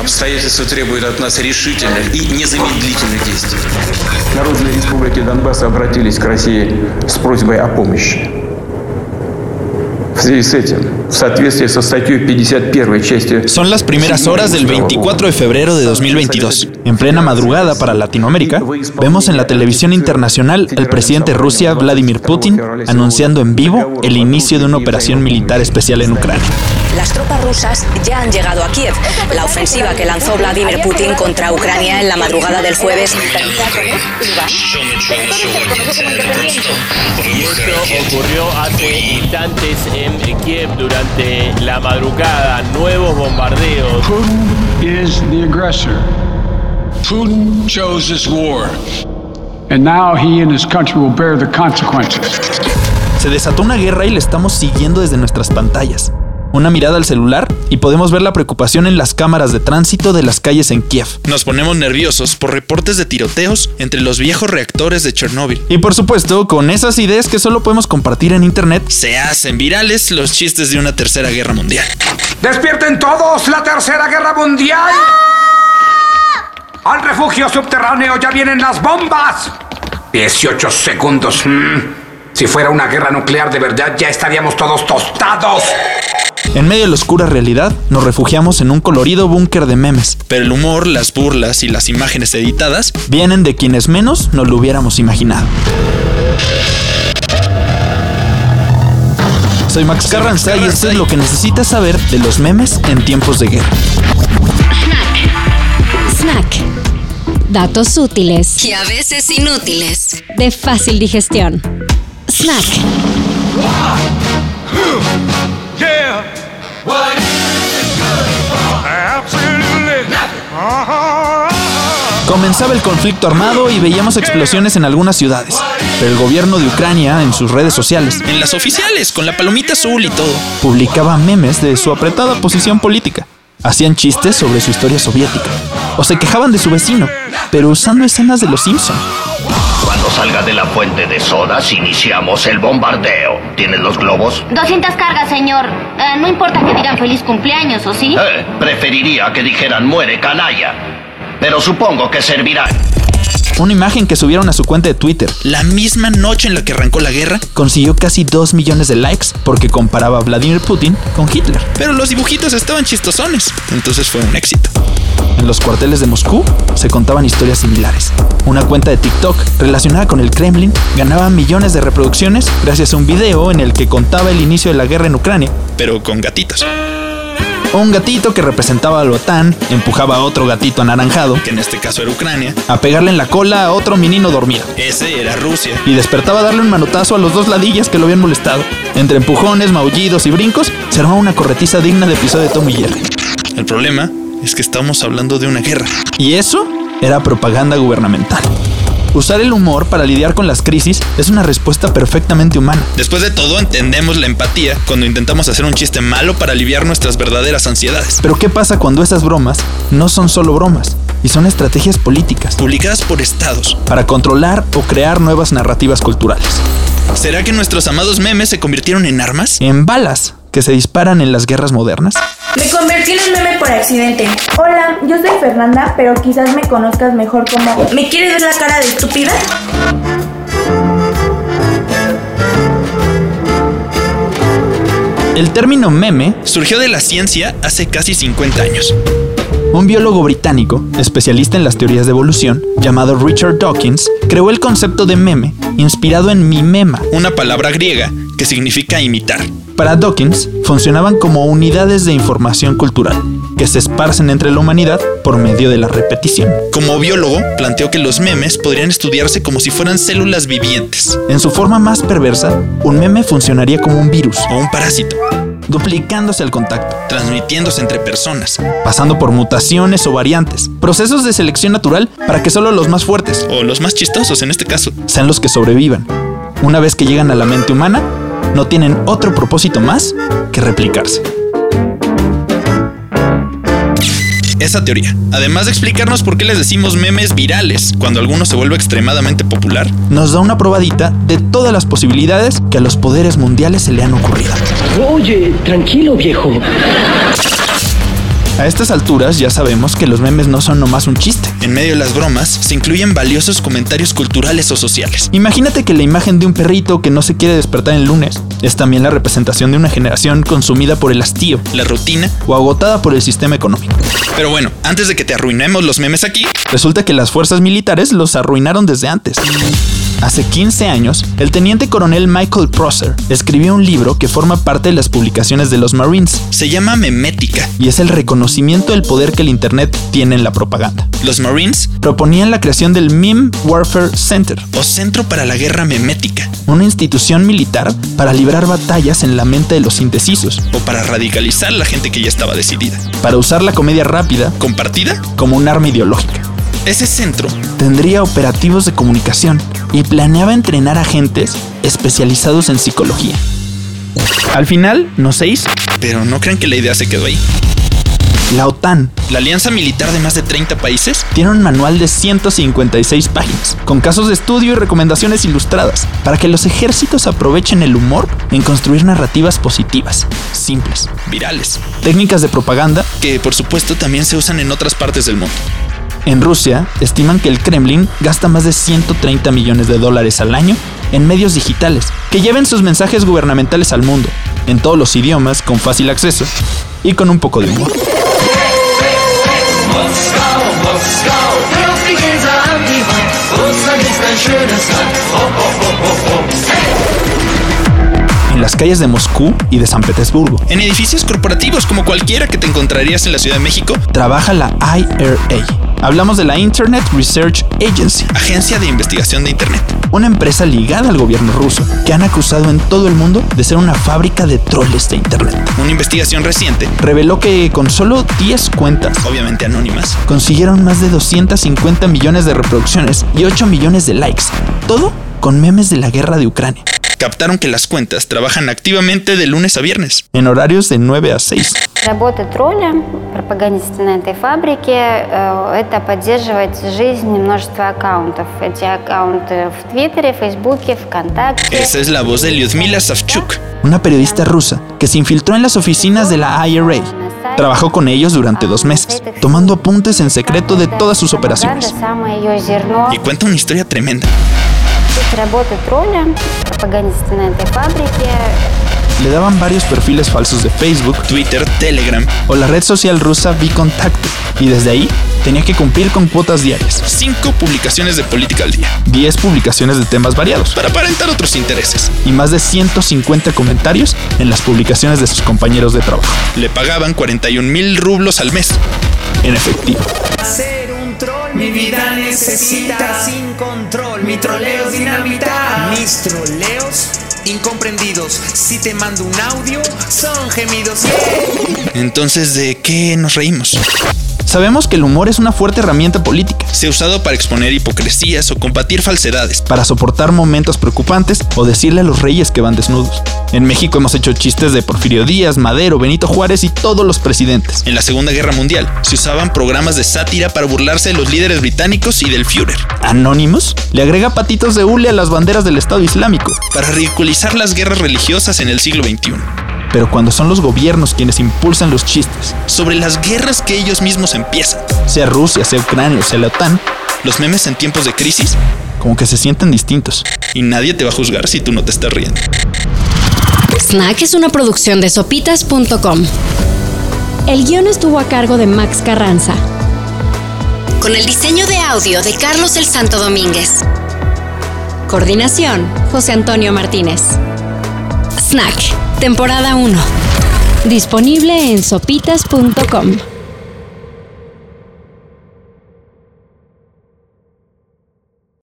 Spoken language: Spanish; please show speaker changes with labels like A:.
A: Обстоятельства требуют от нас решительных и незамедлительных действий.
B: Народные республики Донбасса обратились к России с просьбой о помощи. В связи с этим, в соответствии со статьей 51 части...
C: Son las primeras horas del 24 de febrero de 2022. En plena madrugada para Latinoamérica, vemos en la televisión internacional al presidente de Rusia, Vladimir Putin, anunciando en vivo el inicio de una operación militar especial en Ucrania.
D: Las tropas rusas ya han llegado a Kiev. La ofensiva que lanzó Vladimir Putin contra Ucrania en la madrugada del jueves
E: Esto ocurrió hace instantes en Kiev durante la madrugada. Nuevos bombardeos.
F: Putin is the aggressor. Putin chose this war. And now he and his country will bear the consequences.
C: Se desató una guerra y la estamos siguiendo desde nuestras pantallas. Una mirada al celular y podemos ver la preocupación en las cámaras de tránsito de las calles en Kiev. Nos ponemos nerviosos por reportes de tiroteos entre los viejos reactores de Chernóbil. Y por supuesto, con esas ideas que solo podemos compartir en internet, se hacen virales los chistes de una tercera guerra mundial.
G: ¡Despierten todos! ¡La Tercera Guerra Mundial! ¡Al refugio subterráneo ya vienen las bombas! 18 segundos. mm. Si fuera una guerra nuclear de verdad, ya estaríamos todos tostados.
C: En medio de la oscura realidad, nos refugiamos en un colorido búnker de memes. Pero el humor, las burlas y las imágenes editadas vienen de quienes menos nos lo hubiéramos imaginado. Soy Max Carranza y esto es lo que necesitas saber de los memes en tiempos de guerra.
H: Snack. Datos útiles
D: y a veces inútiles.
H: de fácil digestión. Snack.
I: Yeah. What is good for? Absolutely nothing. Uh-huh.
C: Comenzaba el conflicto armado y veíamos explosiones en algunas ciudades. Pero el gobierno de Ucrania, en sus redes sociales, en las oficiales, con la palomita azul y todo, publicaba memes de su apretada posición política. Hacían chistes sobre su historia soviética. O se quejaban de su vecino, pero usando escenas de los Simpson.
J: Cuando salga de la fuente de sodas, iniciamos el bombardeo. ¿Tienes los globos?
K: 200 cargas, señor. Eh, no importa que digan feliz cumpleaños, ¿o sí?
J: Eh, preferiría que dijeran muere canalla. Pero supongo que servirán.
C: Una imagen que subieron a su cuenta de Twitter. La misma noche en la que arrancó la guerra, consiguió casi 2 millones de likes porque comparaba a Vladimir Putin con Hitler. Pero los dibujitos estaban chistosones, entonces fue un éxito. En los cuarteles de Moscú se contaban historias similares. Una cuenta de TikTok relacionada con el Kremlin ganaba millones de reproducciones gracias a un video en el que contaba el inicio de la guerra en Ucrania, pero con gatitos. Un gatito que representaba a la OTAN empujaba a otro gatito anaranjado, que en este caso era Ucrania, a pegarle en la cola a otro menino dormido. Ese era Rusia. Y despertaba a darle un manotazo a los dos ladillas que lo habían molestado. Entre empujones, maullidos y brincos, se armaba una corretiza digna de episodio de Tom y Jerry. El problema es que estamos hablando de una guerra. Y eso era propaganda gubernamental. Usar el humor para lidiar con las crisis es una respuesta perfectamente humana. Después de todo, entendemos la empatía cuando intentamos hacer un chiste malo para aliviar nuestras verdaderas ansiedades. Pero ¿qué pasa cuando esas bromas no son solo bromas? Y son estrategias políticas. Publicadas por estados. Para controlar o crear nuevas narrativas culturales. ¿Será que nuestros amados memes se convirtieron en armas? En balas que se disparan en las guerras modernas.
L: Me convertí en un meme por accidente. Hola, yo soy Fernanda, pero quizás me conozcas mejor como... ¿Me quieres ver la cara de estúpida?
C: El término meme surgió de la ciencia hace casi 50 años. Un biólogo británico, especialista en las teorías de evolución, llamado Richard Dawkins, creó el concepto de meme inspirado en mimema, una palabra griega que significa imitar. Para Dawkins, funcionaban como unidades de información cultural que se esparcen entre la humanidad por medio de la repetición. Como biólogo, planteó que los memes podrían estudiarse como si fueran células vivientes. En su forma más perversa, un meme funcionaría como un virus o un parásito, duplicándose al contacto, transmitiéndose entre personas, pasando por mutaciones o variantes, procesos de selección natural para que solo los más fuertes, o los más chistosos en este caso, sean los que sobrevivan. Una vez que llegan a la mente humana, no tienen otro propósito más que replicarse. Esa teoría, además de explicarnos por qué les decimos memes virales cuando alguno se vuelve extremadamente popular, nos da una probadita de todas las posibilidades que a los poderes mundiales se le han ocurrido.
M: Oye, tranquilo viejo.
C: A estas alturas ya sabemos que los memes no son nomás un chiste. En medio de las bromas se incluyen valiosos comentarios culturales o sociales. Imagínate que la imagen de un perrito que no se quiere despertar el lunes es también la representación de una generación consumida por el hastío, la rutina o agotada por el sistema económico.
A: Pero bueno, antes de que te arruinemos los memes aquí,
C: Resulta que las fuerzas militares los arruinaron desde antes. Hace 15 años, el teniente coronel Michael Prosser escribió un libro que forma parte de las publicaciones de los Marines.
A: se llama memética.
C: Y es el reconocimiento del poder que el Internet tiene en la propaganda.
A: Los Marines
C: Proponían la creación del Meme Warfare Center,
A: o Centro para la Guerra Memética,
C: una institución militar para librar batallas en la mente de los indecisos,
A: o para radicalizar la gente que ya estaba decidida.
C: para usar la comedia rápida
A: ¿Compartida?
C: como un arma ideológica.
A: Ese centro
C: tendría operativos de comunicación y planeaba entrenar agentes especializados en psicología. Al final, no se hizo.
A: Pero no crean que la idea se quedó ahí.
C: La OTAN
A: La alianza militar de más de 30 países
C: tiene un manual de 156 páginas, con casos de estudio y recomendaciones ilustradas, para que los ejércitos aprovechen el humor en construir narrativas positivas, simples,
A: virales,
C: técnicas de propaganda
A: que por supuesto también se usan en otras partes del mundo.
C: En Rusia, estiman que el Kremlin gasta más de 130 millones de dólares al año en medios digitales que lleven sus mensajes gubernamentales al mundo, en todos los idiomas, con fácil acceso y con un poco de humor. En las calles de Moscú y de San Petersburgo,
A: En edificios corporativos como cualquiera que te encontrarías en la Ciudad de México,
C: trabaja la IRA. Hablamos de la Internet Research Agency,
A: Agencia de Investigación de Internet.
C: una empresa ligada al gobierno ruso que han acusado en todo el mundo de ser una fábrica de troles de Internet.
A: Una investigación reciente,
C: Reveló que con solo 10 cuentas,
A: obviamente anónimas,
C: consiguieron más de 250 millones de reproducciones y 8 millones de likes. Todo con memes de la guerra de Ucrania,
A: captaron que las cuentas trabajan activamente de lunes a viernes.
C: en horarios de 9 a 6.
K: Работа тролля, пропагандиста на этой фабрике, э, это поддерживать жизнь множества аккаунтов. Эти аккаунты в Твиттере, Фейсбуке, ВКонтакте.
A: Esa es la voz de Lyudmila Savchuk.
C: Una periodista rusa que se infiltró en las oficinas de la IRA. Trabajó con ellos durante dos meses, tomando apuntes en secreto de todas sus operaciones.
K: Это самое ее зерно.
A: Y cuenta una historia tremenda.
K: Суть работы тролля, пропагандиста на этой фабрике.
C: Le daban varios perfiles falsos de Facebook
A: Twitter, Telegram,
C: o la red social rusa Bicontacto, y desde ahí tenía que cumplir con cuotas diarias,
A: cinco publicaciones de política al día,
C: 10 publicaciones de temas variados
A: para aparentar otros intereses.
C: y más de 150 comentarios en las publicaciones de sus compañeros de trabajo,
A: Le pagaban 41 mil rublos al mes.
C: en efectivo.
M: Ser un troll, mi vida necesita sin control. Mi troleo dinamita. Mis troleos incomprendidos. Si te mando un audio, son gemidos.
A: Entonces, ¿de qué nos reímos?
C: Sabemos que el humor es una fuerte herramienta política
A: Se ha usado para exponer hipocresías o combatir falsedades.
C: para soportar momentos preocupantes o decirle a los reyes que van desnudos. En México hemos hecho chistes de Porfirio Díaz, Madero, Benito Juárez y todos los presidentes.
A: En la Segunda Guerra Mundial se usaban programas de sátira para burlarse de los líderes británicos y del Führer,
C: Anonymous le agrega patitos de hule a las banderas del Estado Islámico,
A: para ridiculizar las guerras religiosas en el siglo XXI.
C: pero cuando son los gobiernos quienes impulsan los chistes,
A: Sobre las guerras que ellos mismos empiezan.
C: sea Rusia, sea Ucrania o sea la OTAN,
A: Los memes en tiempos de crisis
C: como que se sienten distintos.
A: y nadie te va a juzgar si tú no te estás riendo.
H: Snack es una producción de sopitas.com. El guión estuvo a cargo de Max Carranza. Con el diseño de audio de Carlos el Santo Domínguez. Coordinación, José Antonio Martínez. Snack, temporada 1. Disponible en sopitas.com.